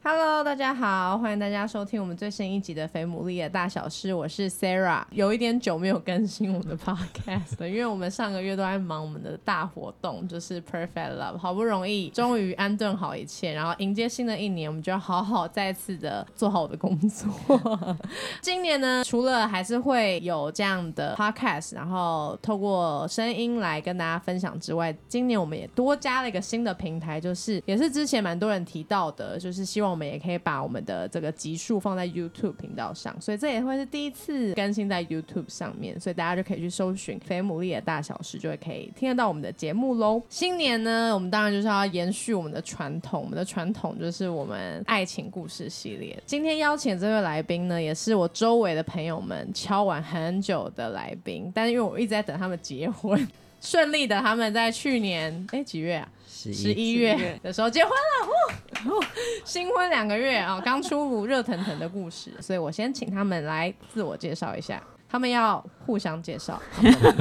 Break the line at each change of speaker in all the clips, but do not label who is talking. Hello，大家好，欢迎大家收听我们最新一集的《肥牡蛎的大小事》，我是 Sarah。有一点久没有更新我们的 Podcast 了，因为我们上个月都在忙我们的大活动，就是 Perfect Love，好不容易终于安顿好一切，然后迎接新的一年，我们就要好好再次的做好我的工作。今年呢，除了还是会有这样的 Podcast，然后透过声音来跟大家分享之外，今年我们也多加了一个新的平台，就是也是之前蛮多人提到的，就是希望。我们也可以把我们的这个集数放在 YouTube 频道上，所以这也会是第一次更新在 YouTube 上面，所以大家就可以去搜寻“肥牡蛎的大小事”，就会可以听得到我们的节目喽。新年呢，我们当然就是要延续我们的传统，我们的传统就是我们爱情故事系列。今天邀请这位来宾呢，也是我周围的朋友们敲完很久的来宾，但是因为我一直在等他们结婚， 顺利的他们在去年哎几月啊？
十
十一月的时候结婚了，哦，新婚两个月啊，刚出炉，热腾腾的故事，所以我先请他们来自我介绍一下，他们要互相介绍，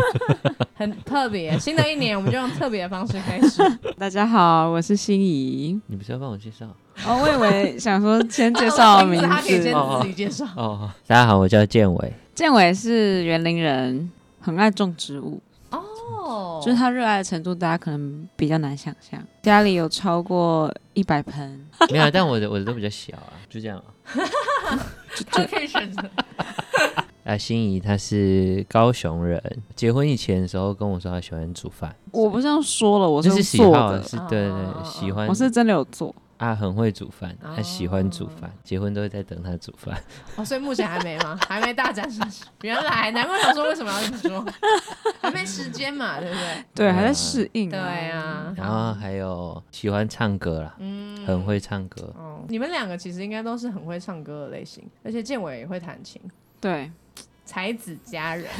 很特别。新的一年我们就用特别的方式开始，
大家好，我是心仪。
你不是要帮我介绍
哦，我以为 哦想说先 介绍名
他可以先
字。
自己介绍。
哦？大家好，我叫建 伟，
建伟是园林人，很爱种植物，
哦，
就是他热爱的程度，大家可能比较难想象。家里有超过一百盆，
没有啊，但我的我的都比较小啊，就这样啊。
他可以选择。
啊，心仪她是高雄人，结婚以前的时候跟我说她喜欢煮饭，
我不是样说了，我
这
是
是
用
喜
做
好，
的，啊
是对对对，
哦
喜欢
我是真的有做。
啊，很会煮饭，
哦
她喜欢煮饭，结婚都会在等她煮
啊
饭。
哦，所以目前还没吗？还没大展身手。原来难怪想说为什么要这么说，还没时间嘛，对不对？
对，
对啊
还在适应、
对啊，
然后还有喜欢唱歌啦，
嗯
很会唱歌。
哦，你们两个其实应该都是很会唱歌的类型，而且建伟也会弹琴，
对，
才子佳人。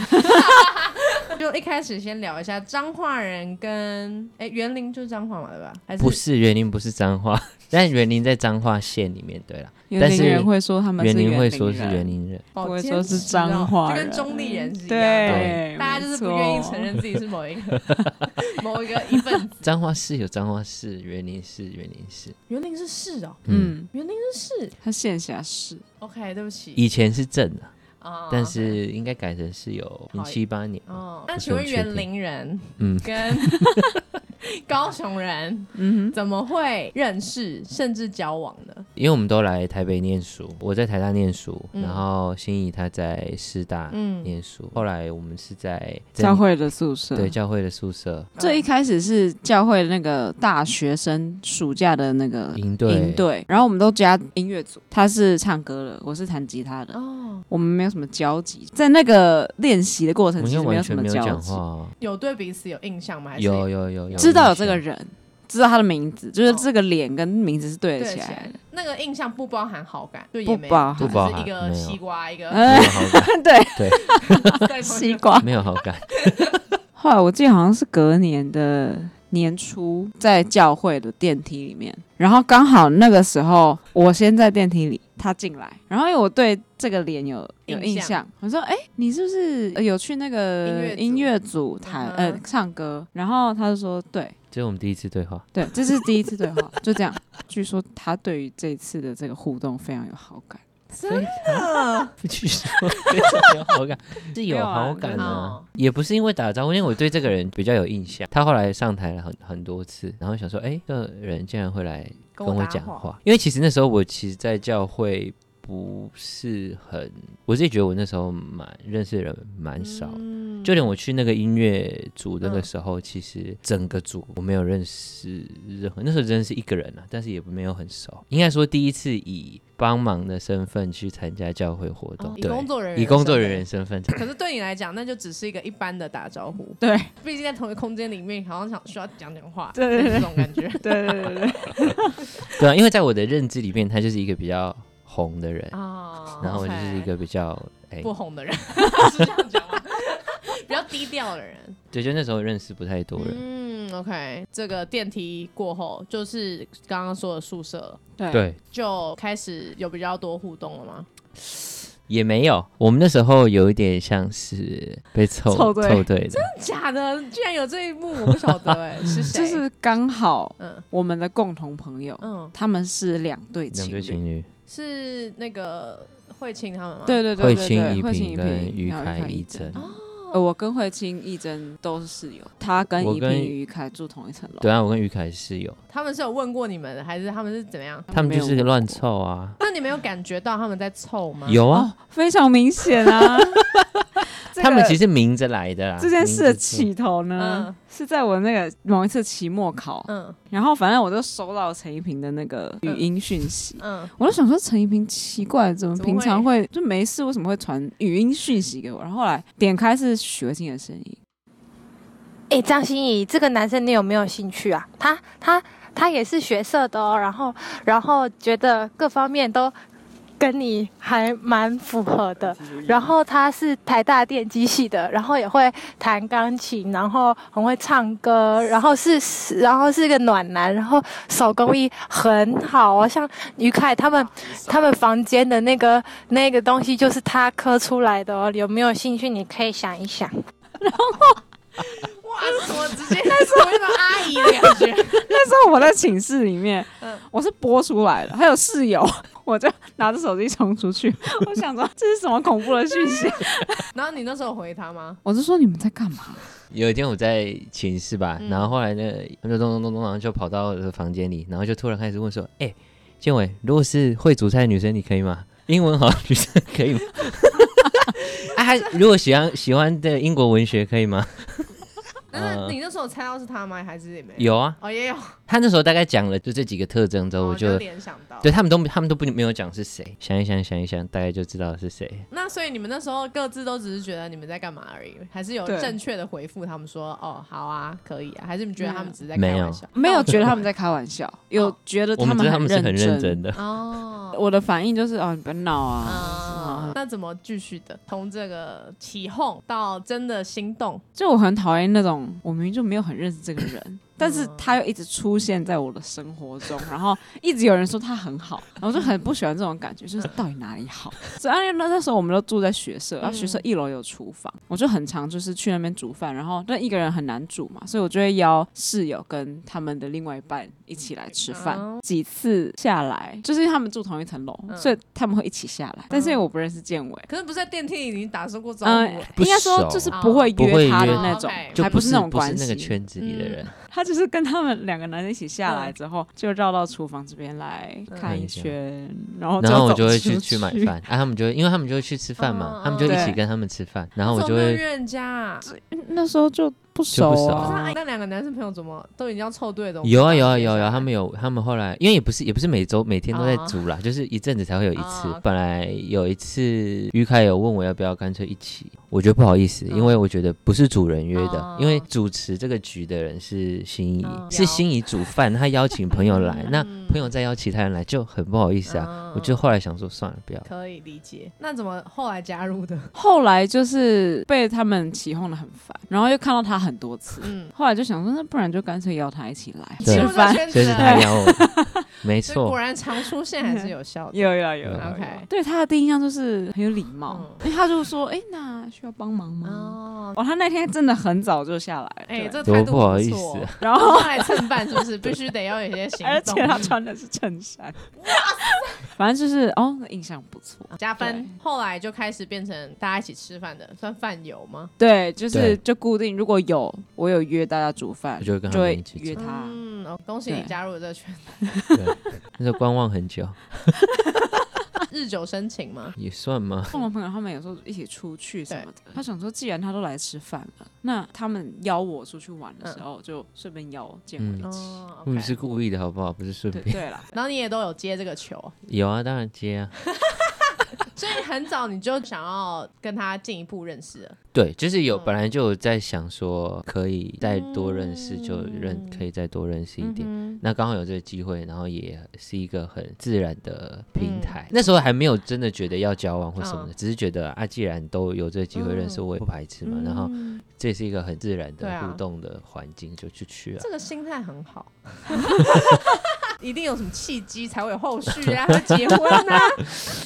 就一开始先聊一下彰化人跟哎园林就是彰化嘛，对吧？还是
不是园林，不是彰化， 但园林在彰化县里面，对啦，
园
但是
林人会说他们
园
是园
林
林
会说是
人
园林人，
哦
不会
坚
说是
持哦
彰化
就跟
人
中立人是一样的。
对，
大家就是不愿意承认自己是某一个 某一个一份子。
彰化市有彰化市，园林市园林市。
园林是市哦，
没错。嗯，
园林是市。
他县辖市，
OK，对不起
以前是正的，
哦
啊
但是应该改成是有
好
七八年。
哦，那
不是
请问
很确
园
定
林人
嗯
跟 高雄人
嗯
怎么会认识甚至交往呢？
因为我们都来台北念书，我在台大念书，
嗯
然后心仪她在师大
嗯，
念书，后来我们是在
哼，教会嗯的宿舍，
对教会的宿舍
最一开始是教会那个大学生暑假的那个
营队，
嗯营队，然后我们都加音乐组，他是唱歌的，我是弹吉他的，
哦，
我们没有什么交集，在那个练习的过
我
程
们
其
应
实
该
没
完
有什
全
么
没有
交
讲
集
话，哦，
有对彼此有印象吗？还是
有啊有有有，
知道有这
印
个
象，
人，知道他的名字，就是这个脸跟名字是哦
对
对得
起
起
来
来
的那个印象不包含好感，对，也
不
没有
包含
就
不包
是一
含
个
没有
西瓜， 一个
的，
没有好感，
对，
对，
对
西瓜。
没有好感，
后来我记得好像是隔年的年初，在教会的电梯里面，然后刚好那个时候我先在电梯里，他进来，然后因为我对这个脸有有
印
印
象
象，我说：“哎、你是不是呃有去那个
音
音
乐
乐组弹、
嗯
呃
哼
唱歌？”然后他就说：“对。”
这是我们第一次对话，
对，这是第一次对话，就这样。据说他对于这次的这个互动非常有好感，
真的，
不去说对这没有好感， 是有
没有啊
好感啊
哦，
也不是因为打招呼，因为我对这个人比较有印象。他后来上台了很很多次，然后想说，哎，这个人竟然会来跟我
搭
讲
话，哦
话，因为其实那时候我其实，在教会不是很，我自己觉得我那时候蛮认识的人蛮少的。
嗯
就连我去那个音乐组那个时候，其实整个组我没有认识任何，那时候真的是一个人啊，但是也没有很熟。应该说第一次以帮忙的身份去参加教会活动，
哦以
对，
工作人员，
以工作人员。身份参
可是对你来讲，那就只是一个一般的打招呼，
对
毕竟在同一个空间里面，好像想需要讲讲话，
对对对
这种感 觉。
对对对对，
对啊，因为在我的认知里面，他就是一个比较红的人，
啊
然后我就是一个比较哎、
不红的人， 是这样讲吗？比较低调的人，
对，就那时候认识不太多人，
嗯嗯，OK，这个电梯过后就是刚刚说的宿舍了，
对，
对，
就开始有比较多互动了吗？
也没有，我们那时候有一点像是被凑
凑对
对的，
假的，居然有这一幕，我不晓得 哎、是谁？
就是刚好
嗯
我们的共同朋友，
嗯，
他们是两对
两
情
对
侣，
情侣，
是那个慧清他们吗？
对对对
慧
对
清
对，
一
慧清
平跟
于
于凯
一
一真。
呃，我跟慧清一真都是室友，他跟
我
一
跟
平于凯住同一层楼。
对啊，我跟于凯是室友，
他们是有问过你们，还是他们是怎么样？
他们就
哦没
是
有
乱凑啊，
那你们有感觉到他们在凑吗？
有啊
哦，，非常明显 啊！这
他们
个
其实明着来的啦。
这件事的
明着做
起头呢，
嗯
是在我那个某一次期末考，
嗯
然后反正我就收到陈一平的那个语音讯息。
嗯，
我就想说，陈一平奇怪，怎么
怎么
平常会就没事，为什么会传语音讯息给我？然后后来点开是许慧静的声音，
哎，张馨怡，这个男生你有没有兴趣啊？他他他也是学社的哦，然后然后觉得各方面都跟你还蛮符合的。然后他是台大电机系的，然后也会弹钢琴，然后很会唱歌，然后是是然后是个暖男，然后手工艺很好哦，像于凯他们他们房间的那个那个东西就是他刻出来的哦，有没有兴趣？你可以想一想。
哇，这怎么直接在说一个阿姨的感觉？
那时候 我在寝室里 面
嗯，
我是播出来了，还有室友，我就拿着手机冲出去， 我想说这是什么恐怖的讯息？
然后你那时候回他吗？
我就说你们在干嘛？
有一天我在寝室吧，
嗯
然后后来呢，他们就咚咚咚咚，然后就跑到我的房间里，然后就突然开始问说：“哎、建伟，如果是会煮菜的女生，你可以吗？英文好的女生可以吗？ 啊，如果喜欢喜欢的英国文学可以吗
那
嗯
你那时候有猜到是他吗？还是也没？”？
有啊，
哦，也有，
他那时候大概讲了就这几个特征之后，
哦
我
你
就
就联想到。
对他们都他们都不没有讲是谁，想一想想一想，大概就知道是谁。
那所以你们那时候各自都只是觉得你们在干嘛而已，还是有
对
正确的回复他们说哦好啊可以啊，还是你们觉得他们只是在
没有
开玩笑？
没有觉得他们在开玩笑，有觉得
哦我们知道他们是很
很
认
真。
真的，
哦。
我的反应就是哦，你别闹啊！
啊
啊，
那怎么继续的？从这个起哄到真的心动，
就我很讨厌那种我明明就没有很认识这个人，但是他又一直出现在我的生活中，然后一直有人说他很好，然后我就很不喜欢这种感觉，就是到底哪里好？ 所以那那那时候我们都住在学舍，啊然后学舍一楼有厨房，我就很常就是去那边煮饭，然后但一个人很难煮嘛，所以我就会邀室友跟他们的另外一半一起来吃饭。
哦
几次下来，就是因为他们住同一层楼，
嗯
所以他们会一起下来，但是因为我不认识建伟。
可是不是在电梯里已经打说过招呼
嗯
了？，
不
应该说
熟
就是哦不会
不会
约他的
约
那种
哦，
就
还
不
是那种
不是
关
那
系。
个圈子里的人。
他只是跟他们两个男生一起下来之后，就绕到厨房这边来
嗯
看一圈，然后
然后我
走
就会
出
去
去
去买。饭，啊，他们就会，因为他们就会去吃饭
嗯
嘛
嗯，
他们就一起
对
跟他们吃饭，然
那
后我
怎
就
么没有
会
约人家啊，不是
嗯那时候就不熟
就不熟
啊
啊，那两个男生朋友怎么都已经要凑对的？
有啊有啊
我们
有
刚刚
啊有啊，
也
他们有他们后来，因为也不是也不是每周每天都在
哦
煮啦，就是一阵子才会有一次
哦。
本来有一次于凯有问我要不要干脆一起，我觉得不好意思，因为我觉得不是主人约
哦
的，因为主持这个局的人是心仪
哦，
是心仪煮饭，他邀请朋 友来，那
嗯
朋友再邀其他人来就很不好意思啊。
嗯
我就后来想说算了，不要。
可以理解。那怎么后来加入的？
后来就是被他们起哄的很烦，然后又看到他很多次，
嗯，
后来就想说，那不然就干脆邀他一起来
对
进
吃
入这
饭。
圈
所
子
以是
了
他 邀我，没
所以
错嗯
果。然常出现还是有效的。
有有有有
OK
对他的第一印象就是很有礼貌，因为他就说：“哎、那需要帮忙
哦，
吗？”哦，他那天真的很早就下来，
哎、
哎，
这
多
态度
不好意
错哦
思 啊，
然后
后来蹭饭是不是必须得要有一些行
而
动？
且他穿的是衬衫，反正就是哦，那印象不错。
加分，后来就开始变成大家一起吃饭的，算饭友吗？
对，就是
对
就固定，如果有我有约大家煮饭，
我就会跟他
就
们
会
一起吃。
约他。
嗯，哦恭喜你
对
加入了这个圈，
那时候观望很久，
日久生情吗？
也算吗？
共同朋友他们有时候一起出去什么的，他想说，既然他都来吃饭了，那他们邀我出去玩
嗯
的时候，就顺便邀见我一起。
哦
我们
，OK，
是故意的好不好？不是顺
对
嗯便。
对了，
然后你也都有接这个球，
有啊，当然接啊。
所以很早你就想要跟他进一步认识了。
对，就是有
嗯
本来就有在想说，可以再多认识，就认可以再多认识一点。
嗯
那刚好有这个机会，然后也是一个很自然
嗯
的平台。那时候还没有真的觉得要交往或什么的，只是觉得啊，既然都有这个机会认识，我也不排斥嘛。然后这也是一个很自然
嗯对
的
啊
互动的环境，就去去啊
这。个心态很好。一定有什么契机才会有后续啊，会结婚啊，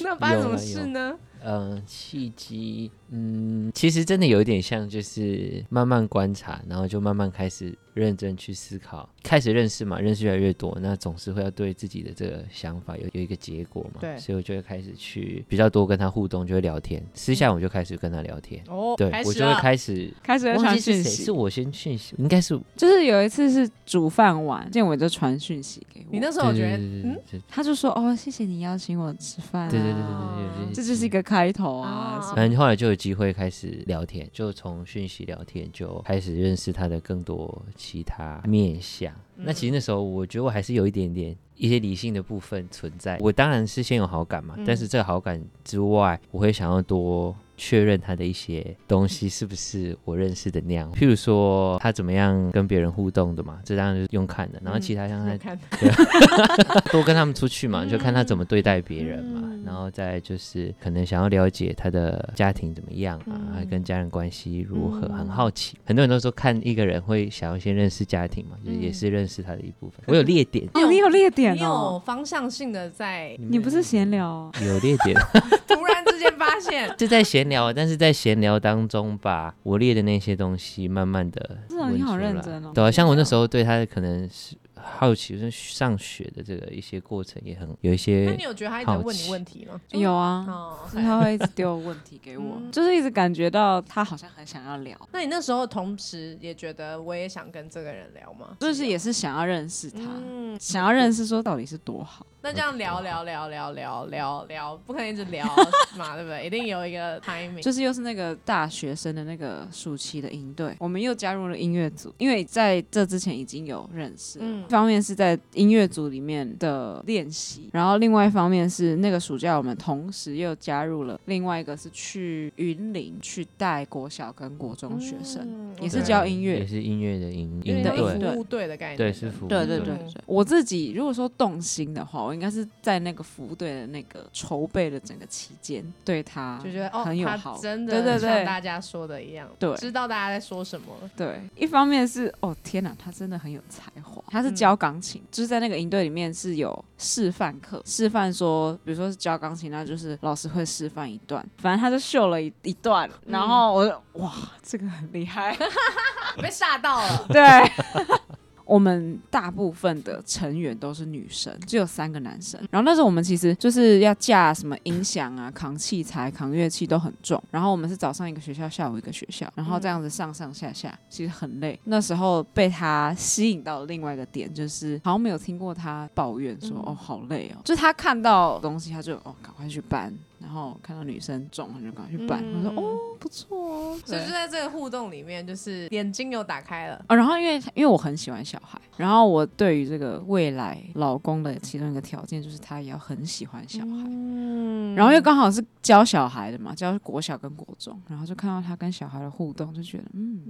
那发生什么事呢？
嗯，契机，嗯，其实真的有一点像，就是慢慢观察，然后就慢慢开始认真去思考，开始认识嘛，认识越来越多，那总是会要对自己的这个想法有有一个结果嘛。
对
所以我就会开始去比较多跟他互动，就会聊天，私下我就开始跟他聊天，
哦，
对
开
我
始
就会
了
开始。
开始会
忘
传
记是
讯
谁，
息
是，我先讯息，应该是
就是有一次是煮饭完，建伟就传讯息给我，
你那时候我觉得，
对对
嗯，
对
他就说哦，谢谢你邀请我吃饭、啊，
对对对对对
啊
对，有些
这就是一个开头啊。
啊
反正后来就有机会开始聊天，就从讯息聊天就开始认识他的更多其他面相。那其实那时候我觉得我还是有一点点一些理性的部分存在。我当然是先有好感嘛，
嗯
但是这个好感之外，我会想要多。确认他的一些东西是不是我认识的那样，譬如说他怎么样跟别人互动的嘛，这当然就是用看的。然后其他像他
我看
多跟他们出去
嗯
嘛，就看他怎么对待别人嘛，
嗯
然后再就是可能想要了解他的家庭怎么样啊，
嗯
还跟家人关系如何，
嗯
很好奇。很多人都说看一个人会想要先认识家庭嘛，就是
嗯
也是认识他的一部分。我有列点，
哦，你有列点
你有
哦，
方向性的在
你不是闲聊哦，
有列 点，，
突然之间发现
就在闲聊，但是在闲聊当中把我列的那些东西慢慢的
是哦你好认真哦
对啊，像我那时候对他可能是好奇，就是上学的这个一些过程也很有一
那
些啊
你有觉得他一直在问你问题吗？就是
有啊，
哦，
所以 他会一直丢问题给我，
嗯啊
就是一直感觉到他好像很想要聊，
那你那时候同时也觉得我也想跟这个人聊吗？
就是也是想要认识他，
嗯，
想要认识说到底是多好。
那这样聊聊聊聊聊聊聊，不可能一直 聊嘛，对不对？一定有一个 timing。
就是又是那个大学生的那个暑期的营队，我们又加入了音乐组，因为在这之前已经有认识了。
嗯
一方面是在音乐组里面的练习，然后另外一方面是那个暑假我们同时又加入了另外一个是去云林去带国小跟国中学生，
嗯
也是
对
教音乐啊
也是音乐的音
因为
音
都是
对。
服务队的概念，
对，是服务
对
队。
对对
嗯
对，我自己如果说动心的话，我应该是在那个服务队的那个筹备的整个期间，对他
就觉得哦，
很有
他
好感
真
对
的
对对
像大家说的一样，
对
知道大家在说什么了。
对，一方面是哦天哪，他真的很有才华，他
嗯
是教钢琴，就是在那个营队里面是有示范课，示范说，比如说是教钢琴，那就是老师会示范一段，反正他就秀了一一段，
嗯
然后我就、哇，这个很厉害，
被吓到 了，
对。我们大部分的成员都是女生，只有三个男生。然后那时候我们其实就是要架什么音响啊、扛器材、扛乐器都很重。然后我们是早上一个学校，下午一个学校，然后这样子上上下下，其实很累。那时候被他吸引到的另外一个点，就是好像没有听过他抱怨说、
嗯
哦好累哦，就他看到东西他就哦赶快去搬，然后看到女生重他就赶快去搬。
嗯
我说哦不错哦，
所以
对
就在这个互动里面，就是眼睛又打开了，
啊，然后因为因为我很喜欢小孩，然后我对于这个未来老公的其中一个条件就是他也要很喜欢小孩，
嗯
然后又刚好是教小孩的嘛，教国小跟国中，然后就看到他跟小孩的互动，就觉得嗯，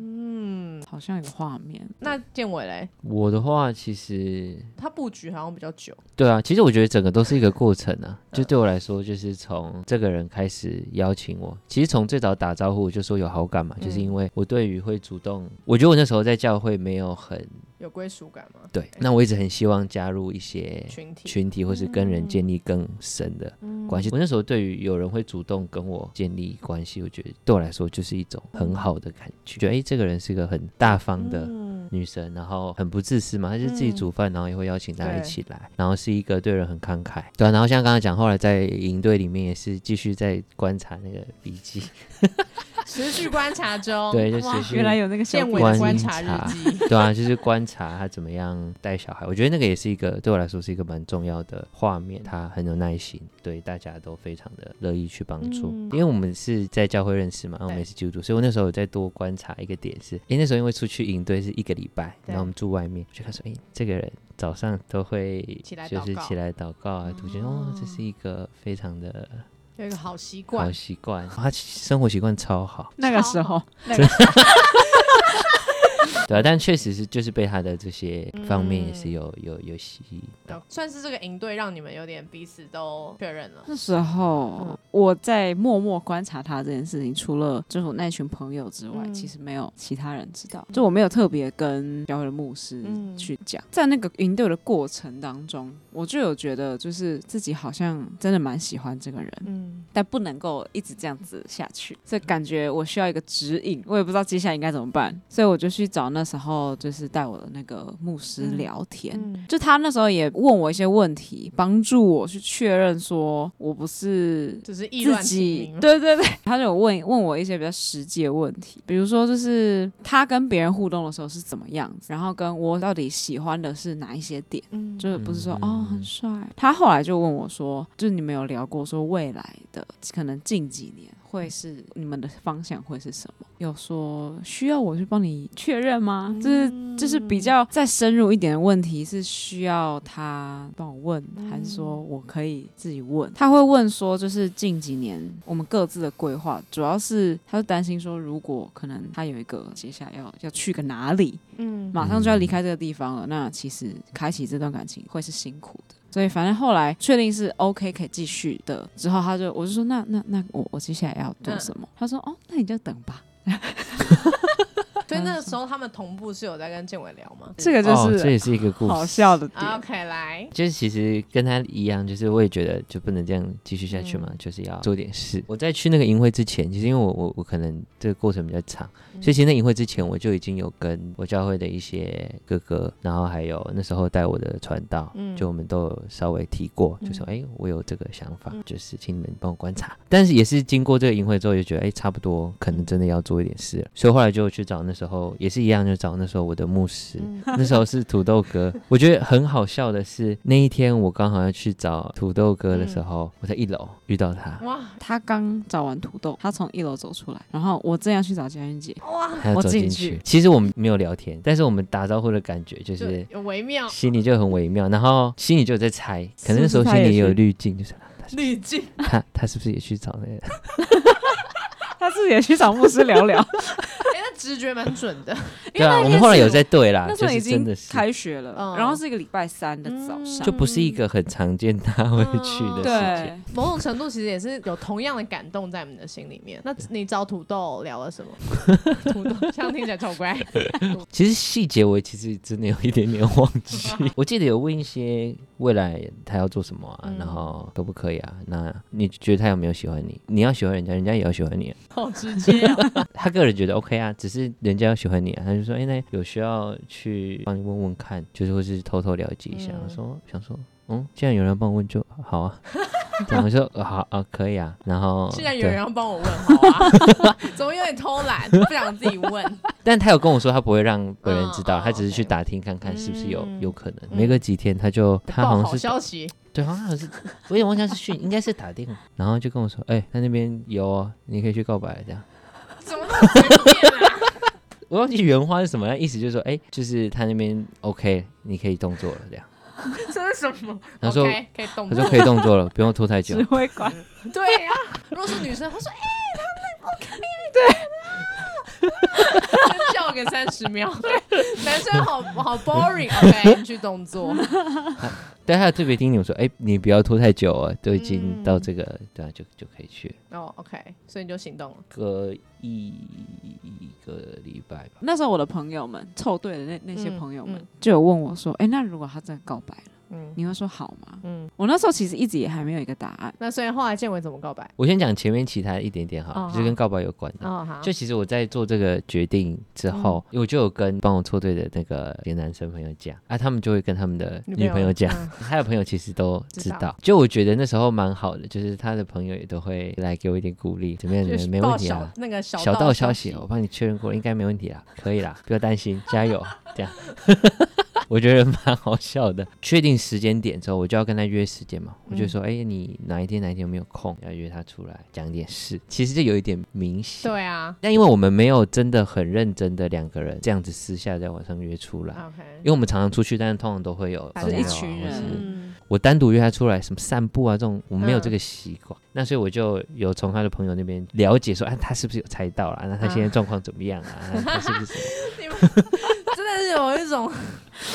嗯，
好像有画面。
那建伟嘞，
我的话，其实
他布局好像比较久，
对啊，其实我觉得整个都是一个过程啊。就对我来说，就是从这个人开始邀请我，其实从最早打招呼我就说有好感
嗯
嘛，就是因为我对于会主动，我觉得我那时候在教会没有很
有归属感吗？
对，那我一直很希望加入一些
群体，
群体，或是跟人建立更深的
嗯
关系。我那时候对于有人会主动跟我建立关系，我觉得对我来说就是一种很好的感觉，觉得诶，这个人是个很大方的
嗯
女生，然后很不自私嘛，她就自己煮饭，然后也会邀请大家一起来，然后是一个对人很慷慨，对、啊，然后像刚刚讲，后来在营队里面也是继续在观察那个笔记，
持续观察中，
对，就
哦哇
持续
原来有那个小
建伟
鬼
的
观
观
察
察日记，
对啊，就是观察他怎么样带小孩，我觉得那个也是一个对我来说是一个蛮重要的画面。他很有耐心，对大家都非常的乐意去帮助。
嗯
因为我们是在教会认识嘛，然后我们也是基督徒，所以我那时候有再多观察一个点是，诶，那时候因为出去营队是一个礼拜，
对
然后我们住外面，就看说，诶，这个人早上都会
起来
就是
祷告
起来祷告啊，读经，哦，这是一个非常的
有一个好习惯
好，习惯，他生活习惯超好。
那个时候，
对对啊，但确实是就是被他的这些方面也
嗯
是有、有有吸引到。
算是这个营队让你们有点彼此都确认了。
那时
嗯
候我在默默观察他这件事情，除了就是我那群朋友之外，
嗯
其实没有其他人知道。就我没有特别跟教会的牧师
嗯
去讲，在那个营队的过程当中，我就有觉得就是自己好像真的蛮喜欢这个人，
嗯，
但不能够一直这样子下去，所以感觉我需要一个指引，我也不知道接下来应该怎么办，所以我就去找那时候就是带我的那个牧师
嗯
聊天。
嗯
就他那时候也问我一些问题，帮助我去确认说我不是
只是意
自
乱情
己
迷。，
对对对，他就有问问我一些比较实际的问题，比如说就是他跟别人互动的时候是怎么样子，然后跟我到底喜欢的是哪一些点。
嗯
就是不是说、
嗯
哦很帅，他后来就问我说，就是你们有聊过说未来的可能近几年会是你们的方向会是什么？有说需要我去帮你确认吗？就是就是比
嗯
较再深入一点的问题是需要他帮我问，还是说
嗯
我可以自己问？他会问说，就是近几年我们各自的规划，主要是他就担心说，如果可能他有一个接下来要要去个哪里，
嗯
马上就要离开这个地方了，那其实开启这段感情会是辛苦的。所以反正后来确定是 OK 可以继续的之后，他就我就说那那那我我接下来要
嗯
做什么？他说哦，那你就等吧。
所以那个时候他们同步是有在跟建伟聊吗？
这个就
哦，这
是
也是一个故事，
好笑的点。
啊 OK 来，
就是其实跟他一样，就是我也觉得就不能这样继续下去嘛，
嗯
就是要做点事。我在去那个营会之前，其实因为我我我可能这个过程比较长，
嗯
所以其实那营会之前我就已经有跟我教会的一些哥哥，然后还有那时候带我的传道，
嗯
就我们都有稍微提过，就说
嗯
哎、我有这个想法，
嗯
就是请你们帮我观察。但是也是经过这个营会之后，就觉得哎、差不多可能真的要做一点事了，所以后来就去找那时候也是一样，就找那时候我的牧师， 那时候是土豆哥，我觉得很好笑的是，那一天我刚好要去找土豆哥的时候，
嗯
我在一楼遇到他，
哇
他刚找完土豆，他从一楼走出来，然后我正要去找佳韵姐，
哇，
他要
我
走进
进
去
去。
其实我们没有聊天，但是我们打招呼的感觉就是
就微妙
心里就很微妙，然后心里就有在猜，可能那时候
是不是他
心
也
里也有
去
滤镜，就是
滤镜，
他他是不是也去找那个？
他自己也去找牧师聊聊。
哎，那直觉蛮准的。
对啊，我们后来有在对啦
那，时
就
候已
是真
经
的是。
开学了
嗯，
然后是一个礼拜三的早上
就。不是一个很常见他会去的事情
嗯对，，
某种程度其实也是有同样的感动在你的心里面。那你找土豆聊了什 么？土豆这样听起来超乖。
其实细节我其实真的有一点点忘记， 我记得有问一些未来他要做什么啊，
嗯
然后可不可以啊？那你觉得他有没有喜欢你？你要喜欢人家，人家也要喜欢你、啊。
好直接啊！
他个人觉得 OK 啊，只是人家要喜欢你啊，他就说，哎、那有需要去帮你问问看，就是或是偷偷了解一
嗯
下。我说，想说，嗯，既然有人帮我问就好 啊。对，我说、呃好啊，可以啊。然后
既然有人
对
要帮我问，好啊， 怎么有点偷懒，不想自己问？
但他有跟我说，他不会让别人
嗯
知道，
哦
他只是去
OK
打听看看是不是有、
嗯
有可能。
嗯
没隔几天，他就他好
报
像
好
是
消息，
对，好像是，我也忘记他是讯，应该是打 电话，然后就跟我说，哎、他那边有哦，你可以去告白了这样。
怎么那么随便啊？
我忘记原话是什么了，意思就是说，哎、就是他那边 OK，你可以动作了这样。
这是什么？
他说
OK，可以动
他
作。
说可以动作了，不用拖太久
指。挥官
对呀、如果是女生，她说：“哎、他们 OK，对，就笑个三十 秒。男生好好 boring。OK，你去动 作。
但他有特别叮咛我说，哎、你不要拖太久啊，都已经
嗯
到这个，对啊，就就可以去了。
哦、o k 所以你就行动了。
隔一个礼拜吧，
那时候我的朋友们凑对的那那些朋友
嗯
们
嗯
就有问我说：“哎，那如果他真的告白了，
嗯
你会说好吗
嗯，？”
我那时候其实一直也还没有一个答案。
那所以后来建伟怎么告白？
我先讲前面其他一点点好
哦
了，就是跟告白有关的。
哦，好，
就其实我在做这个决定之后，我就有跟帮我错对的那个连男生朋友讲啊，他们就会跟他们的女朋友讲，
嗯
他的朋友其实都知道。
知道
就我觉得那时候蛮好的，就是他的朋友也都会来给我一点鼓励，怎么样？怎
就
么样
是
没问
报
题
小
啊。
那个小
小道
道
消息哦
息，
我帮你确认过了，应该没问题啦，可以啦，不要担心，加油，这样。 我觉得蛮好笑的。确定时间点之后，我就要跟他约时间嘛，我就说，哎、你哪一天哪一天有没有空，要约他出来讲点事。其实就有一点明显，
对啊
但因为我们没有真的很认真的两个人这样子私下在网上约出来，
，OK，
因为我们常常出去，但是通常都会有
大
家
朋友啊
一群
或啊是
人
嗯
我单独约他出来，什么散步啊这种，我们没有
嗯
这个习惯。那所以我就有从他的朋友那边
嗯
了解说，啊，他是不是有猜到了、啊？那他现在状况怎么样啊？啊他是不是什么？
你们有一种，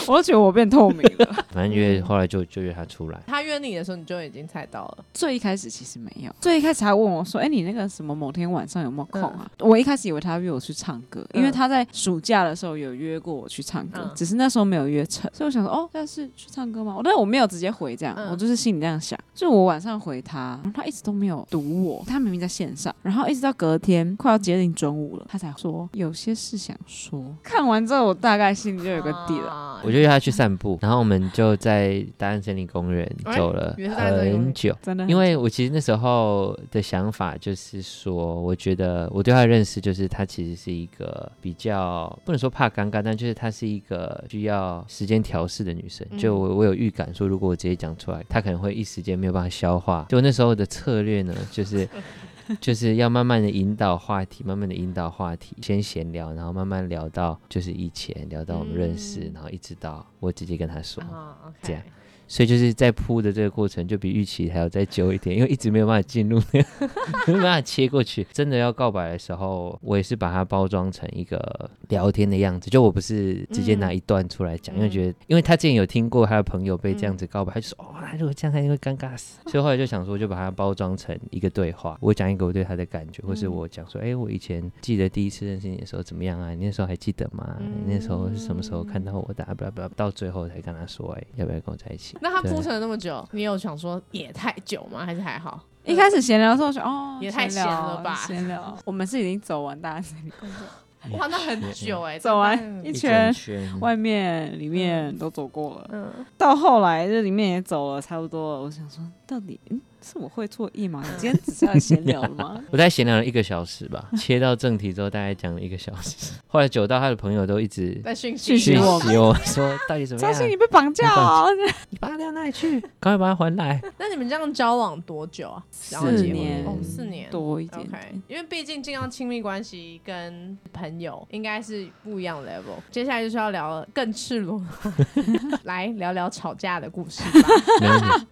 我觉得我变透明了。
反正约后来就就约他出来。
他约你的时候，你就已经猜到了。
最一开始其实没有，最一开始还问我说：“哎、你那个什么某天晚上有没有空啊？”我一开始以为他约我去唱歌，因为
嗯
他在暑假的时候有约过我去唱歌，
嗯
只是那时候没有约成，所以我想说：“哦，但是去唱歌吗？”我但我没有直接回这样，
嗯
我就是心里这样想。就我晚上回他，然后他一直都没有堵我，他明明在线上，然后一直到隔天快要接近中午了，他才说有些事想说。看完之后，我大概心里就有个底了。
了
我就约他去散步，然后我们就在大安森林公园
哎
走了
原来在这里
很久。
真的很，
因为我其实那时候的想法就是说，我觉得我对他的认识就是他其实是一个比较不能说怕尴尬，但就是她是一个需要时间调试的女生。
嗯
就我我有预感说，如果我直接讲出来，她可能会一时间没有办法消化。就那时候的策略呢，就是 就是要慢慢的引导话题，慢慢的引导话题，先闲聊，然后慢慢聊到就是以前聊到我们认识，
嗯
然后一直到我直接跟她说。
啊，
这样所以就是在铺的这个过程，就比预期还要再久一点，因为一直没有办法进入那个，没有办法切过去。真的要告白的时候，我也是把它包装成一个聊天的样子，就我不是直接拿一段出来讲，因为
嗯
觉得，因为他之前有听过他的朋友被这样子告白，他就说哦，他如果这样，他一定会尴尬死。所以后来就想说，就把它包装成一个对话，我讲一个我对他的感觉，或是
嗯
我讲说，哎、我以前记得第一次认识你的时候怎么样啊？你那时候还记得吗？你那时候是什么时候看到我的、啊？不不，到最后才跟他说，哎、要不要跟我在一起？
那他
对啊
铺陈了那么久，你有想说也太久吗？还是还好？
一开始闲聊的时候说：“哦，
也太
闲
闲
聊
了吧
闲聊，我们是已经走完大森林公园
哇，那很久哎，
走完
大概
一
一整，
圈
圈
外面、里面都走过了，
嗯，
到后来这里面也走了差不多了。我想说，到底嗯是我会错意吗？你今天只是要闲聊了吗？
我在闲聊了一个小时吧，切到正题之后大概讲了一个小时。后来久到他的朋友都一直
在讯
讯息
讯
息
我
息我说到 底怎么
张
样？
信你被绑架了，
你把他撂哪里去？赶快把他还来。
那你们这样交往多久啊？然后
四
结婚
年
哦，四年
多一点
OK，
点。
因为毕竟进到亲密关系跟朋友应该是不一样的 level。接下来就是要聊更赤 裸，来聊聊吵架的故事吧。
没问题。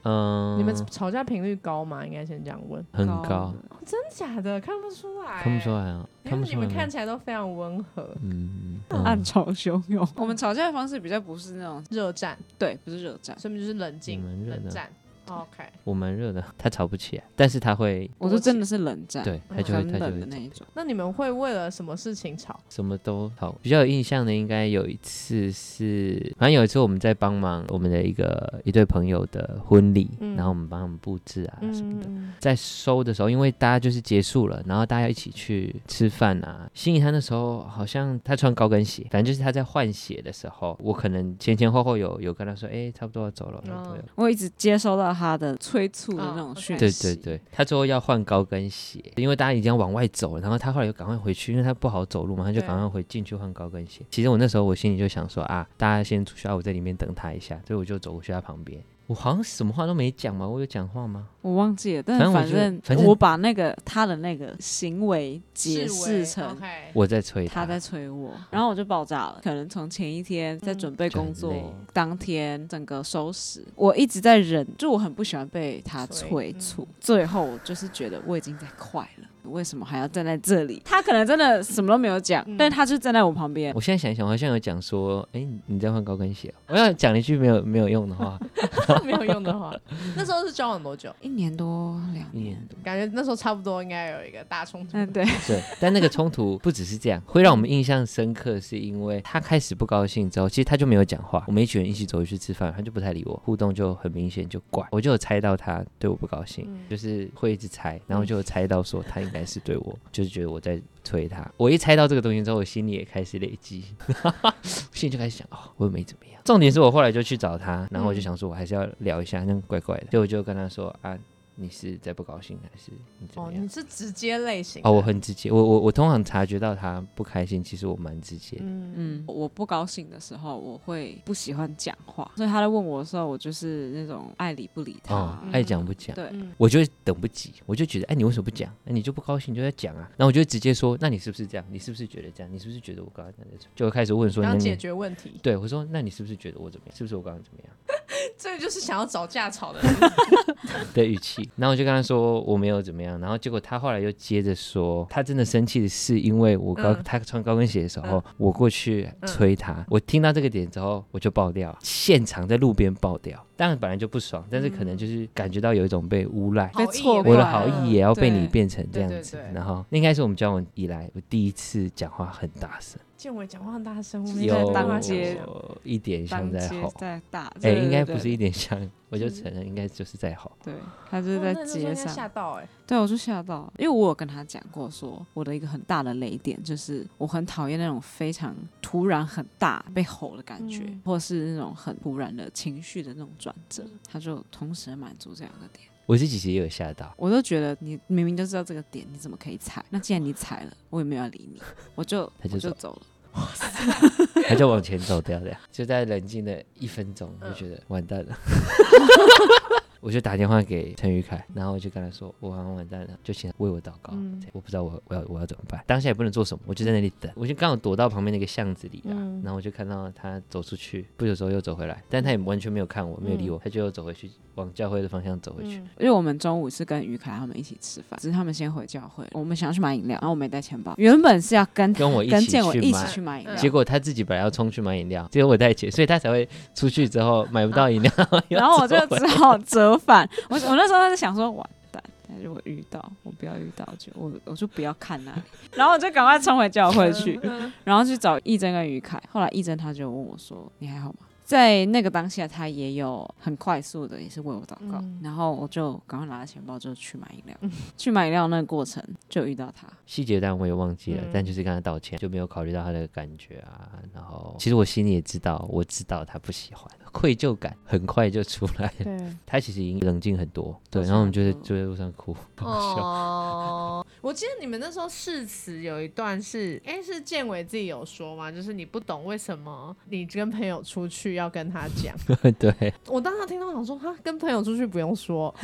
嗯，
你们吵架频率高吗？应该先这样问。
很
高
高，
真假的看不出来，
看不出，来啊，
因
看
为哎
不
你
出来
们
吗。
看起来都非常温和。
嗯，
暗
嗯，
潮汹涌。我们吵架的方式比较不是那种，
热战，
对，不是热战。
所以就是冷静
你们热的
冷战。OK，
我蛮热的，他吵不起来，但是他会，
我说真的是冷战，
对他
嗯
就会
很
他就
冷
会
的那一种。
那你们会为了什么事情吵？
什么都好。比较有印象的，应该有一次是，反正有一次我们在帮忙我们的一个一对朋友的婚礼，
嗯
然后我们帮他们布置啊什么的。，在收的时候，因为大家就是结束了，然后大家一起去吃饭啊。心仪他那时候好像他穿高跟鞋，反正就是他在换鞋的时候，我可能前前后后有有跟他说，哎、差不多要走了，差不多要
哦
我一直接收到他的催促的
哦
那种
OK
讯
对
息。
对对，他最后要换高跟鞋，因为大家已经要往外走了，然后他后来又赶快回去，因为他不好走路嘛，他就
对
赶快回进去换高跟鞋。其实我那时候我心里就想说啊，大家先出去啊，我在里面等他一下，所以我就走过去他旁边。我好像什么话都没讲嘛，我有讲话吗？
我忘记了，但
反正我
反
就
正
反正
我把那个他的那个行为解释成
我
我在催
他在催我，然后我就爆炸了。可能从前一天
嗯
在准备工作，
就很累
当天整个收拾，我一直在忍，就我很不喜欢被他催
催嗯
促。最后我就是觉得我已经在快了，为什么还要站在这里？他可能真的什么都没有讲，
嗯
但他就站在我旁边
我。现在想一想，我好像有讲说，哎、你在换高跟鞋哦、我要讲了一句没有没有用的话，
没有用的话， 那时候是交往多久？
一年多两
一年
年，
多。
感觉那时候差不多应该有一个大冲突。
嗯，对，
对，但那个冲突不只是这样，会让我们印象深刻，是因为他开始不高兴之后，其实他就没有讲话。我们一群人一起走去吃饭，他就不太理我，互动就很明显就怪，我就有猜到他对我不高兴，
嗯
就是会一直猜，然后就有猜到说他应该是对我，就是觉得我在催他。我一猜到这个东西之后，我心里也开始累积， 我心里就开始想，哦，我又没怎么样。重点是我后来就去找他，然
嗯
后我就想说，我还是要聊一下，那样怪怪的，所以我就跟他说啊。你是在不高兴还是你怎么
哦，
样
你？是直接类型的
哦，我很直接，我我我通常察觉到他不开心，其实我蛮直接的。
嗯
嗯，我不高兴的时候，我会不喜欢讲话，所以他在问我的时候，我就是那种爱理不理他。
哦，爱讲不讲，
对，
嗯，
我就会等不及，我就觉得，哎，你为什么不讲？哎，你就不高兴，你就在讲啊。然后我就会直接说，那你是不是这样？你是不是觉得这样？你是不是觉得我刚刚这样？就会开始问说，
然
那
后解
你
决问题，
对我说，那你是不是觉得我怎么样？是不是我刚刚怎么样？
这个就是想要找架吵 的人。
的语气。 然后我就跟他说我没有怎么样，然后结果他后来又接着说，他真的生气的是因为我高、
嗯
他穿高跟鞋的时候，我过去催他，我听到这个点之后我就爆掉，现场在路边爆掉。当然本来就不爽，但是可能就是感觉到有一种被诬赖。
被
好意
错
也
过
被
我的
来
好
了
意也要被你
对
变成这样
对对
子，
对
然后那应该是我们交往以来我第一次讲话很大声，
建伟讲话很大声，我
是
没
在
有
当街
一点像
当
在
街
吼，
在打，
哎、
对
应该
对
不是一
对
点像，我就承认应该就是在吼。
对，他
哦
就是在街上，
吓到哎，
对，我就吓到，因为我有跟他讲过说，我的一个很大的雷点就是我很讨厌那种非常突然很大被吼的感觉，
嗯
或是那种很突然的情绪的那种转折。他就同时满足这两个点，
我自己其实也有吓到，
我都觉得你明明就知道这个点，你怎么可以踩？那既然你踩了，我也没有 要理你，我就
他就
我就
走
走了。
他就往前走掉的呀，啊就在冷静的一分钟，我
嗯
就觉得完蛋了。 我就打电话给陈宇凯，然后我就跟他说我好像完蛋了，就请他为我祷告。
嗯
这样我不知道我我要我要怎么办，当下也不能做什么，我就在那里等，我就刚好躲到旁边那个巷子里啦。
嗯
然后我就看到他走出去，不久之后又走回来，但他也完全没有看我，没有理
嗯
我，他就又走回去，往教会的方向走回去。
因为我们中午是跟于凯他们一起吃饭，只是他们先回教会，我们想要去买饮料，然后我没带钱包，原本是要跟
跟我一
跟
起
建伟一起
买
去买饮料，
嗯
结果他自己本来要冲去买饮料，只有我带钱，所以他才会出去之后买不到饮料，
然后我就
又走回
只好折返。我我那时候在想说，完蛋，但是我遇到，我不要遇到，就我我就不要看那里。然后我就赶快冲回教会去，
嗯
然后去找义珍跟于凯。后来义珍他就问我说：“你还好吗？”在那个当下，他也有很快速的，也是为我祷告。
嗯
然后我就赶快拿着钱包就去买饮料，
嗯
去买饮料那个过程就遇到他。
细节当然我也忘记了，
嗯
但就是跟他道歉，就没有考虑到他的感觉啊。然后其实我心里也知道，我知道他不喜欢， 愧疚感很快就出来 了。
对，
他其实已经冷静很多，对。
是
然后我们就在
很多
就在路上哭，好笑。
哦， 我记得你们那时候誓词有一段是，哎，是建伟自己有说吗？就是你不懂为什么你跟朋友出去要跟他讲。
对，
我当时听到想说，哈，跟朋友出去不用说，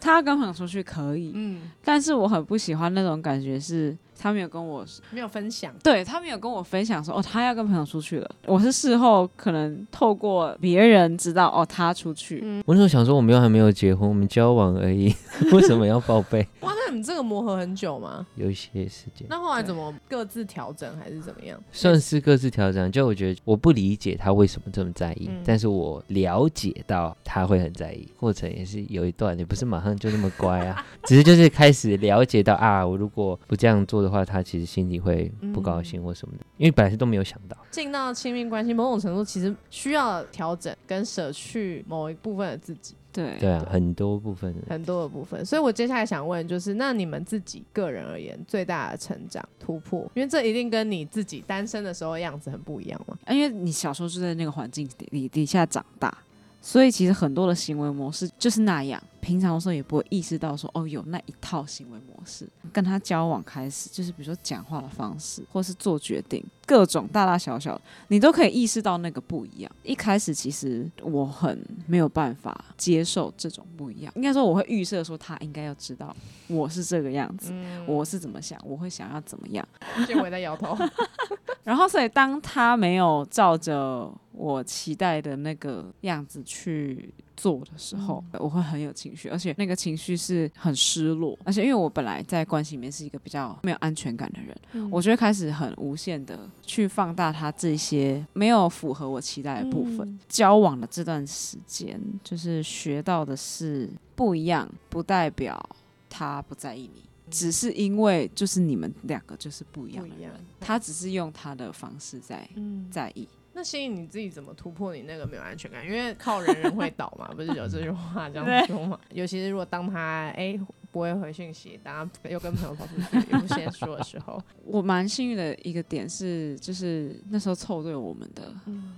他跟朋友出去可以，
嗯，
但是我很不喜欢那种感觉是他没有跟我
没有分享。
对他们有跟我分享说，哦，他要跟朋友出去了。我是事后可能透过别人知道，哦，他出去。
我那时候想说，我们又还没有结婚，我们交往而已， 为什么要报备？
哇，那你们这个磨合很久吗？
有一些时间，
那后来怎么各自调整还是怎么样？
算是各自调整。就我觉得我不理解他为什么这么在意，
嗯
但是我了解到他会很在意。过程也是有一段，也不是马上就那么乖啊，只是就是开始了解到啊，我如果不这样做的话，他其实心里会不高兴或什么的，因为本来是都没有想到。
进到亲密关系，某种程度其实需要调整跟舍去某一部分的自己，
对，
对啊，很多部分的
很多的部分。所以我接下来想问，就是那你们自己个人而言，最大的成长突破，因为这一定跟你自己单身的时候的样子很不一样嘛。
啊因为你小时候就在那个环境底底底下长大，所以其实很多的行为模式就是那样。平常的时候也不会意识到说，哦，有那一套行为模式。跟他交往开始，就是比如说讲话的方式，或是做决定，各种大大小小，你都可以意识到那个不一样。一开始其实我很没有办法接受这种不一样，应该说我会预设说他应该要知道我是这个样子，我是怎么想，我会想要怎么样。
建伟在摇 头，
然后，所以当他没有照着我期待的那个样子去做的时候，我会很有情绪，而且那个情绪是很失落。而且，因为我本来在关系里面是一个比较没有安全感的人，我就会开始很无限的去放大他这些没有符合我期待的部分。
嗯
交往的这段时间，就是学到的是不一样，不代表他不在意你。只是因为就是你们两个就是不一样的
不一
人
样，
他只是用他的方式在
嗯，
在意。
那心怡你自己怎么突破你那个没有安全感？因为靠人人会倒嘛，不是有这句话这样说嘛？尤其是如果当他哎、不会回讯息，当他又跟朋友跑出去，又不先说的时候，
我蛮幸运的一个点是，就是那时候凑对我们的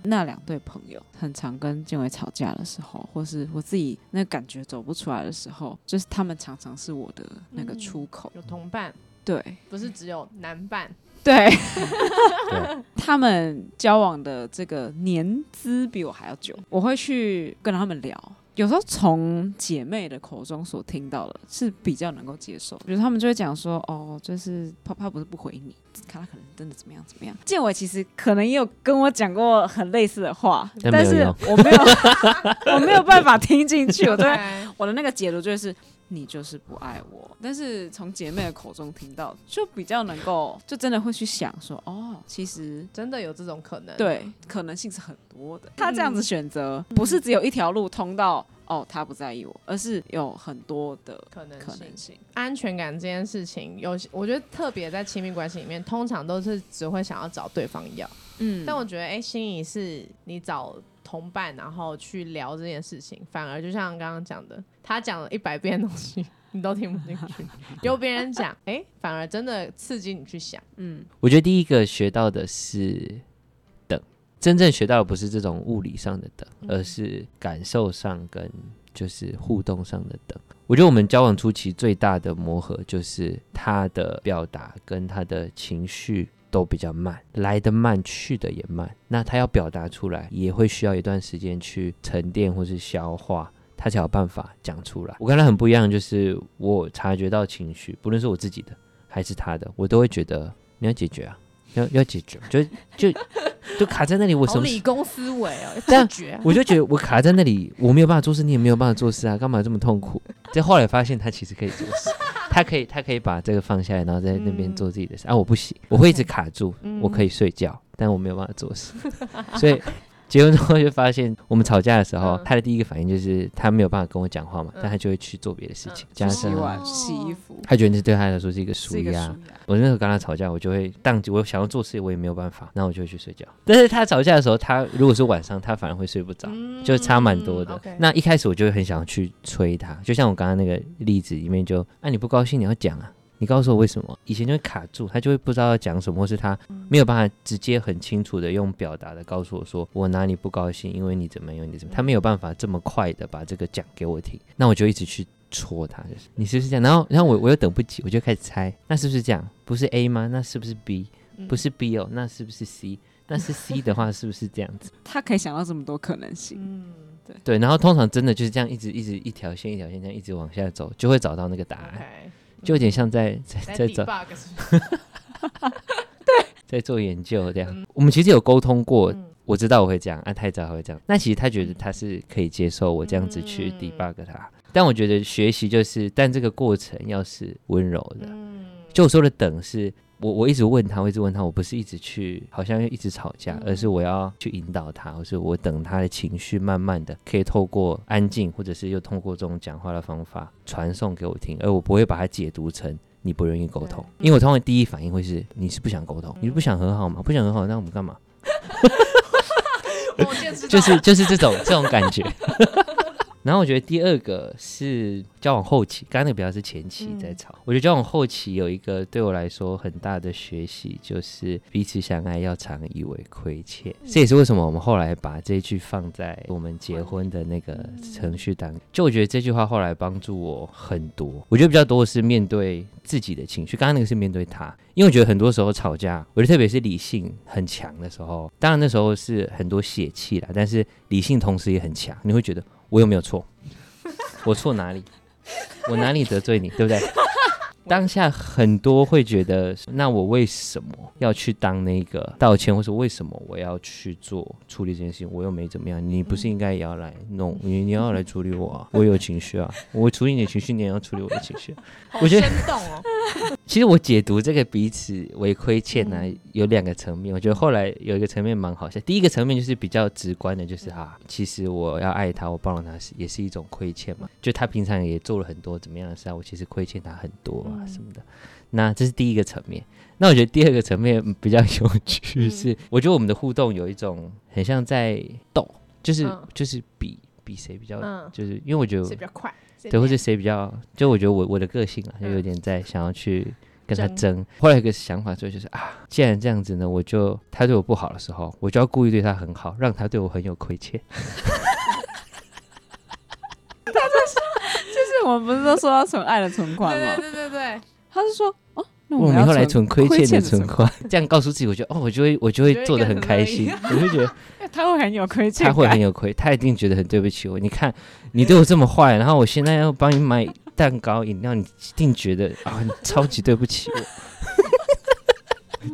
那两对朋友，很常跟建伟吵架的时候，或是我自己那感觉走不出来的时候，就是他们常常是我的那个
嗯
出口。
有同伴，
对
不是只有男伴，
对，
对
他们交往的这个年资比我还要久，我会去跟他们聊。有时候从姐妹的口中所听到的是比较能够接受，比如他们就会讲说，哦，就是他他不是不回你，看他可能真的怎么样怎么样。建伟其实可能也有跟我讲过很类似的话，
但
但
哎没有
是
用
我没有 我没有办法听进去，我都会
对，
我的那个解读就是。你就是不爱我，但是从姐妹的口中听到，就比较能够，就真的会去想说，哦，其实
真的有这种可能。
对，可能性是很多的。嗯他这样子选择，不是只有一条路通到哦，他不在意我，而是有很多的
可能
可
性
能，性。
安全感这件事情，有些我觉得特别在亲密关系里面，通常都是只会想要找对方要。
嗯
但我觉得，哎、心仪是你找同伴，然后去聊这件事情，反而就像刚刚讲的，他讲了一百遍的东西，你都听不进去，由别人讲，哎、反而真的刺激你去想。
嗯
我觉得第一个学到的是等，真正学到的不是这种物理上的等，而是感受上跟就是互动上的等。我觉得我们交往初期最大的磨合就是他的表达跟他的情绪都比较慢，来得慢，去的也慢。那他要表达出来，也会需要一段时间去沉淀或是消化。他才有办法讲出来。我跟他很不一样，就是我察觉到情绪，不论是我自己的还是他的，我都会觉得你要解决啊，要要解决，就就就卡在那里，我什
好
么
理
事
工思维哦，
但
自觉啊、
我就觉得我卡在那里，我没有办法做事，你也没有办法做事啊，干嘛这么痛苦？但后来发现他其实可以做事，他可以他可以把这个放下来，然后在那边
嗯
做自己的事、啊，我不行，我会一直
OK
卡住，
嗯
我可以睡觉，但我没有办法做事，所以。结婚之后就发现，我们吵架的时候，
嗯
他的第一个反应就是他没有办法跟我讲话嘛，但他就会去做别的事情，加
洗
上
碗、
哦
洗衣服，
他觉得这对他来说是一个舒
是一个
压
舒。压。
我那时候跟他吵架，我就会当机，我想要做事，我也没有办
嗯
法，那我就会去睡觉。但是他吵架的时候，他如果是晚上，他反而会睡不着，就差蛮多的。
嗯，OK
那一开始我就会很想要去催他，就像我刚刚那个例子里面就，啊你不高兴你要讲啊，你告诉我为什么？以前就会卡住，他就会不知道要讲什么，或是他
嗯
没有办法直接很清楚的用表达的告诉我说我哪里不高兴，因为你怎么样，因为你怎么样，他没有办法这么快的把这个讲给我听，那我就一直去戳他，就是你是不是这样？然后然后我我又等不及，我就开始猜，那是不是这样？不是 A 吗？那是不是 B？
嗯
不是 B 哦，那是不是 C？那是 C 的话是不是这样子？
他可以想到这么多可能性，
嗯
对，然后通常真的就是这样，一直一直一条线一条线这样一直往下走，就会找到那个答案，
，OK，
就有点像在在
在
在找
debug 是不是
在做研究这样
嗯。
我们其实有沟通过
嗯，
我知道我会这样，啊，太早会这样。那其实他觉得他是可以接受我这样子去
嗯
debug 他，但我觉得学习就是，但这个过程要是温柔的，
嗯，
就我说的等是。我我一直问他，我一直问他，我不是一直去，好像一直吵架，
嗯
而是我要去引导他，或是我等他的情绪慢慢的可以透过安静，或者是又通过这种讲话的方法传送给我听，而我不会把它解读成你不愿意沟通，
对
因为我通常第一反应会是你是不想沟通，你是不想和好吗？不想和好，那我们干嘛？
我见识到
就是就是这种这种感觉。然后我觉得第二个是交往后期，刚刚那个比较是前期在吵。我觉得交往后期有一个对我来说很大的学习，就是彼此相爱要常以为亏欠。这也是为什么我们后来把这句放在我们结婚的那个程序当中。就我觉得这句话后来帮助我很多。我觉得比较多的是面对自己的情绪，刚刚那个是面对他，因为我觉得很多时候吵架，我觉得特别是理性很强的时候，当然那时候是很多血气啦，但是理性同时也很强，你会觉得我有没有错？我错哪里？我哪里得罪你，对不对？当下很多会觉得，那我为什么要去当那个道歉，或者为什么我要去做处理这件事情？我又没怎么样，你不是应该也要来弄？你你要来处理我啊？我有情绪啊，我处理你的情绪，你也要处理我的情绪啊。
好
我觉
生
得
动哦，
其实我解读这个彼此为亏欠呢、
嗯
有两个层面。我觉得后来有一个层面蛮好笑，第一个层面就是比较直观的，就是啊，其实我要爱他，我包容他是也是一种亏欠嘛。就他平常也做了很多怎么样的事啊，我其实亏欠他很多啊
嗯
什么的。那这是第一个层面。那我觉得第二个层面比较有趣
嗯
是，我觉得我们的互动有一种很像在斗，就是、
嗯
就是比比谁比较，
嗯，
就是因为我觉得
是比较快，
对，或者谁比较，就我觉得我我的个性啊，就
嗯
有点在想要去跟他
争
争。后来有个想法最后就是啊，既然这样子呢，我就他对我不好的时候，我就要故意对他很好，让他对我很有亏欠。
就是我们不是都说要存爱的存款
对
吗？
对对对对，
他是说哦，那
我
们
们以后来
存
存亏欠的
存
存款，这样告诉自己，我觉得哦，我就会我就会
就会
做的
更
很开
乐
心
意，
我就觉得
哎、
他会很有亏欠
他
感，
会很有愧，他一定觉得很对不起我。你看，你对我这么坏，然后我现在要帮你买蛋糕、饮料，你一定觉得啊，你超级对不起我。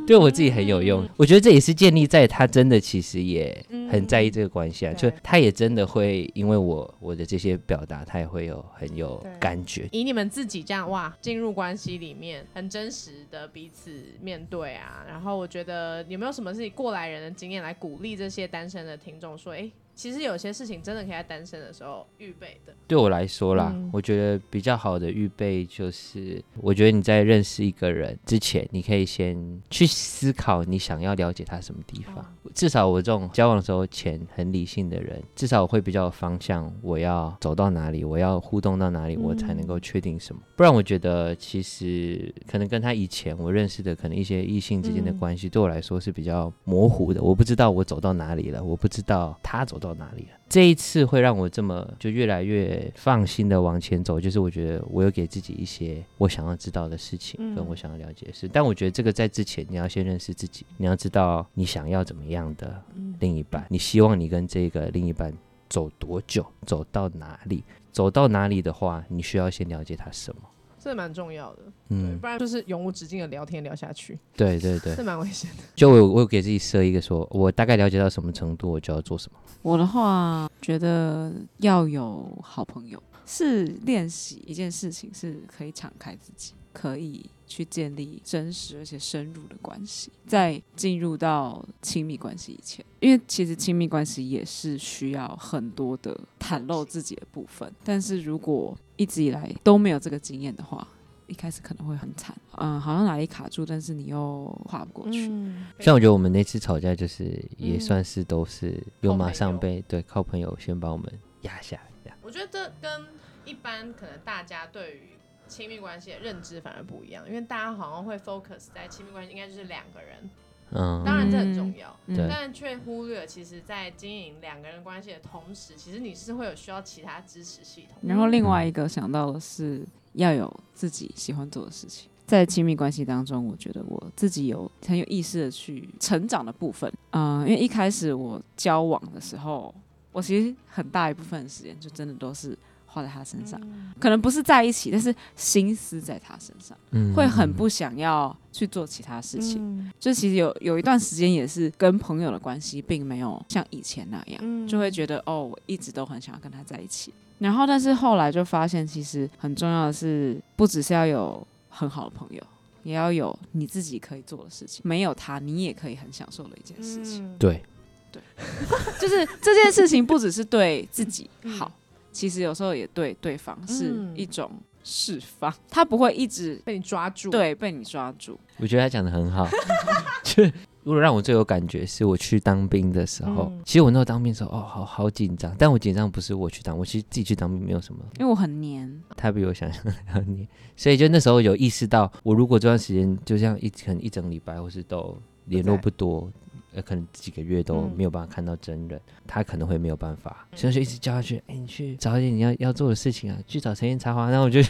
对我自己很有
嗯
用，我觉得这也是建立在他真的其实也很在意这个关系啊，
嗯
就
对
他也真的会因为我我的这些表达，他也会有很有
对
感觉。
以你们自己这样哇进入关系里面，很真实的彼此面对啊。然后我觉得有没有什么是你过来人的经验来鼓励这些单身的听众说，哎，其实有些事情真的可以在单身的时候预备的。
对我来说啦，
嗯
我觉得比较好的预备就是，我觉得你在认识一个人之前，你可以先去思考你想要了解他什么地
哦
方。至少我这种交往的时候前很理性的人，至少我会比较有方向，我要走到哪里，我要互动到哪里，我才能够确定什么。不然我觉得其实可能跟他以前我认识的可能一些异性之间的
嗯
关系，对我来说是比较模糊的，我不知道我走到哪里了，我不知道他走到哪里了。这一次会让我这么就越来越放心的往前走，就是我觉得我有给自己一些我想要知道的事情，
嗯
跟我想要了解的事。但我觉得这个在之前你要先认识自己，你要知道你想要怎么样的
嗯，
另一半，你希望你跟这个另一半走多久，走到哪里，走到哪里的话，你需要先了解他什么。
这蛮重要的，对，
嗯
不，然就是永无止境的聊天聊下去，
对对对
是，蛮危险的。
就我有我有给自己设一个说，我大概了解到什么程度，我就要做什么。
我的话，觉得要有好朋友是练习一件事情，是可以敞开自己，可以去建立真实而且深入的关系，在进入到亲密关系以前，因为其实亲密关系也是需要很多的袒露自己的部分，但是如果一直以来都没有这个经验的话。一开始可能会很惨，嗯，好像哪里卡住，但是你又跨不过去，
嗯，
像我觉得我们那次吵架，就是也
嗯
算是都是有
靠
马
朋
上
友
被对靠朋友先把我们压下来。这样
我觉得这跟一般可能大家对于亲密关系的认知反而不一样，因为大家好像会 focus 在亲密关系应该就是两个人，
嗯，
当然这很重要，
嗯
对
但却忽略其实，在经营两个人关系的同时，其实你是会有需要其他支持系统。
然后另外一个想到的是要有自己喜欢做的事情。在亲密关系当中，我觉得我自己有很有意识的去成长的部分。嗯、因为一开始我交往的时候，我其实很大一部分的时间就真的都是花在他身上，可能不是在一起，但是心思在他身上，
嗯
会很
嗯
不想要去做其他事情。
嗯
就其实有有一段时间也是跟朋友的关系并没有像以前那样。
嗯
就会觉得哦，我一直都很想要跟他在一起。然后，但是后来就发现，其实很重要的是，不只是要有很好的朋友，也要有你自己可以做的事情。没有他，你也可以很享受的一件事情。
嗯
对，
就是这件事情不只是对自己
嗯
好，其实有时候也对对方是
嗯
一种释放，他不会一直
被你抓住，，
对被你抓住。
我觉得他讲的 很好。就如果让我最有感觉，是我去当兵的时候。
嗯
其实我那时候当兵的时候，哦，好好紧张。但我紧张不是我去当，我其实自己去当兵没有什么，
因为我很黏，
他比我想象的还要黏。所以就那时候有意识到，我如果这段时间就像一可能一整礼拜，或是都联络不多，呃，可能几个月都
嗯
没有办法看到真人，他可能会没有办法。所以就一直叫他去，哎，你去找一点你要要做的事情啊，去找陈燕插花。然后我就。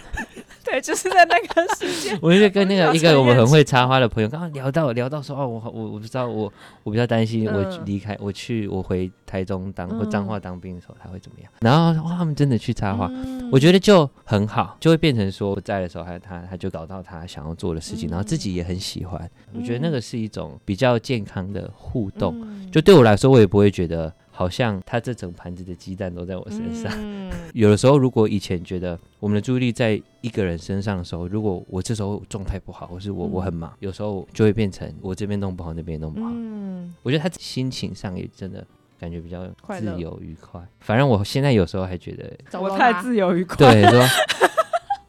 对，就是在那个时间
我就跟那个一
我们要
个
扯
我们
远
很会插花的朋友，刚刚聊到聊到说哦，我好我我不知道，我我比较担心，
嗯
我去离开我去我回台中当或
嗯
彰化当兵的时候他会怎么样？然后他说哇，他们真的去插花，
嗯
我觉得就很好，就会变成说我在的时候，他他他就找到他想要做的事情，
嗯
然后自己也很喜欢。我
嗯
觉得那个是一种比较健康的互动，
嗯
就对我来说，我也不会觉得好像他这整盘子的鸡蛋都在我身上。
嗯
有的时候，如果以前觉得我们的注意力在一个人身上的时候，如果我这时候状态不好，或是我
嗯
我很忙，有时候就会变成我这边弄不好，那边弄不好。
嗯，
我觉得他心情上也真的感觉比较
快
自
乐
由愉快。反正我现在有时候还觉得，
找不
我
到
太
他
自由愉快，
对，说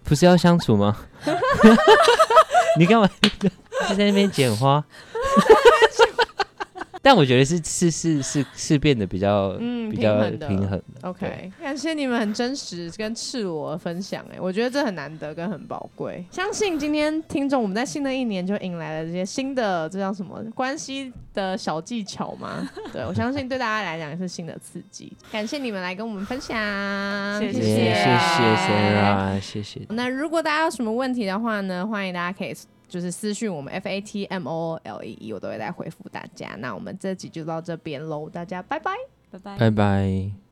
不是要相处吗？ 你干嘛就在那边捡花？ 但我觉得是是是是是变得比较、
嗯
比较
平衡的
平衡的。
OK，感谢你们很真实跟赤裸的分享、哎，我觉得这很难得跟很宝贵。相信今天听众，我们在新的一年就迎来了这些新的，这叫什么关系的小技巧 吗？对我相信对大家来讲也是新的刺激。感谢你们来跟我们分享，
谢
谢
谢
谢谢森啊，谢谢。
那如果大家有什么问题的话呢，欢迎大家可以就是私讯我们 F A T M O L E E，我都会来回复大家。那我们这集就到这边喽，大家拜拜。
拜拜
拜拜。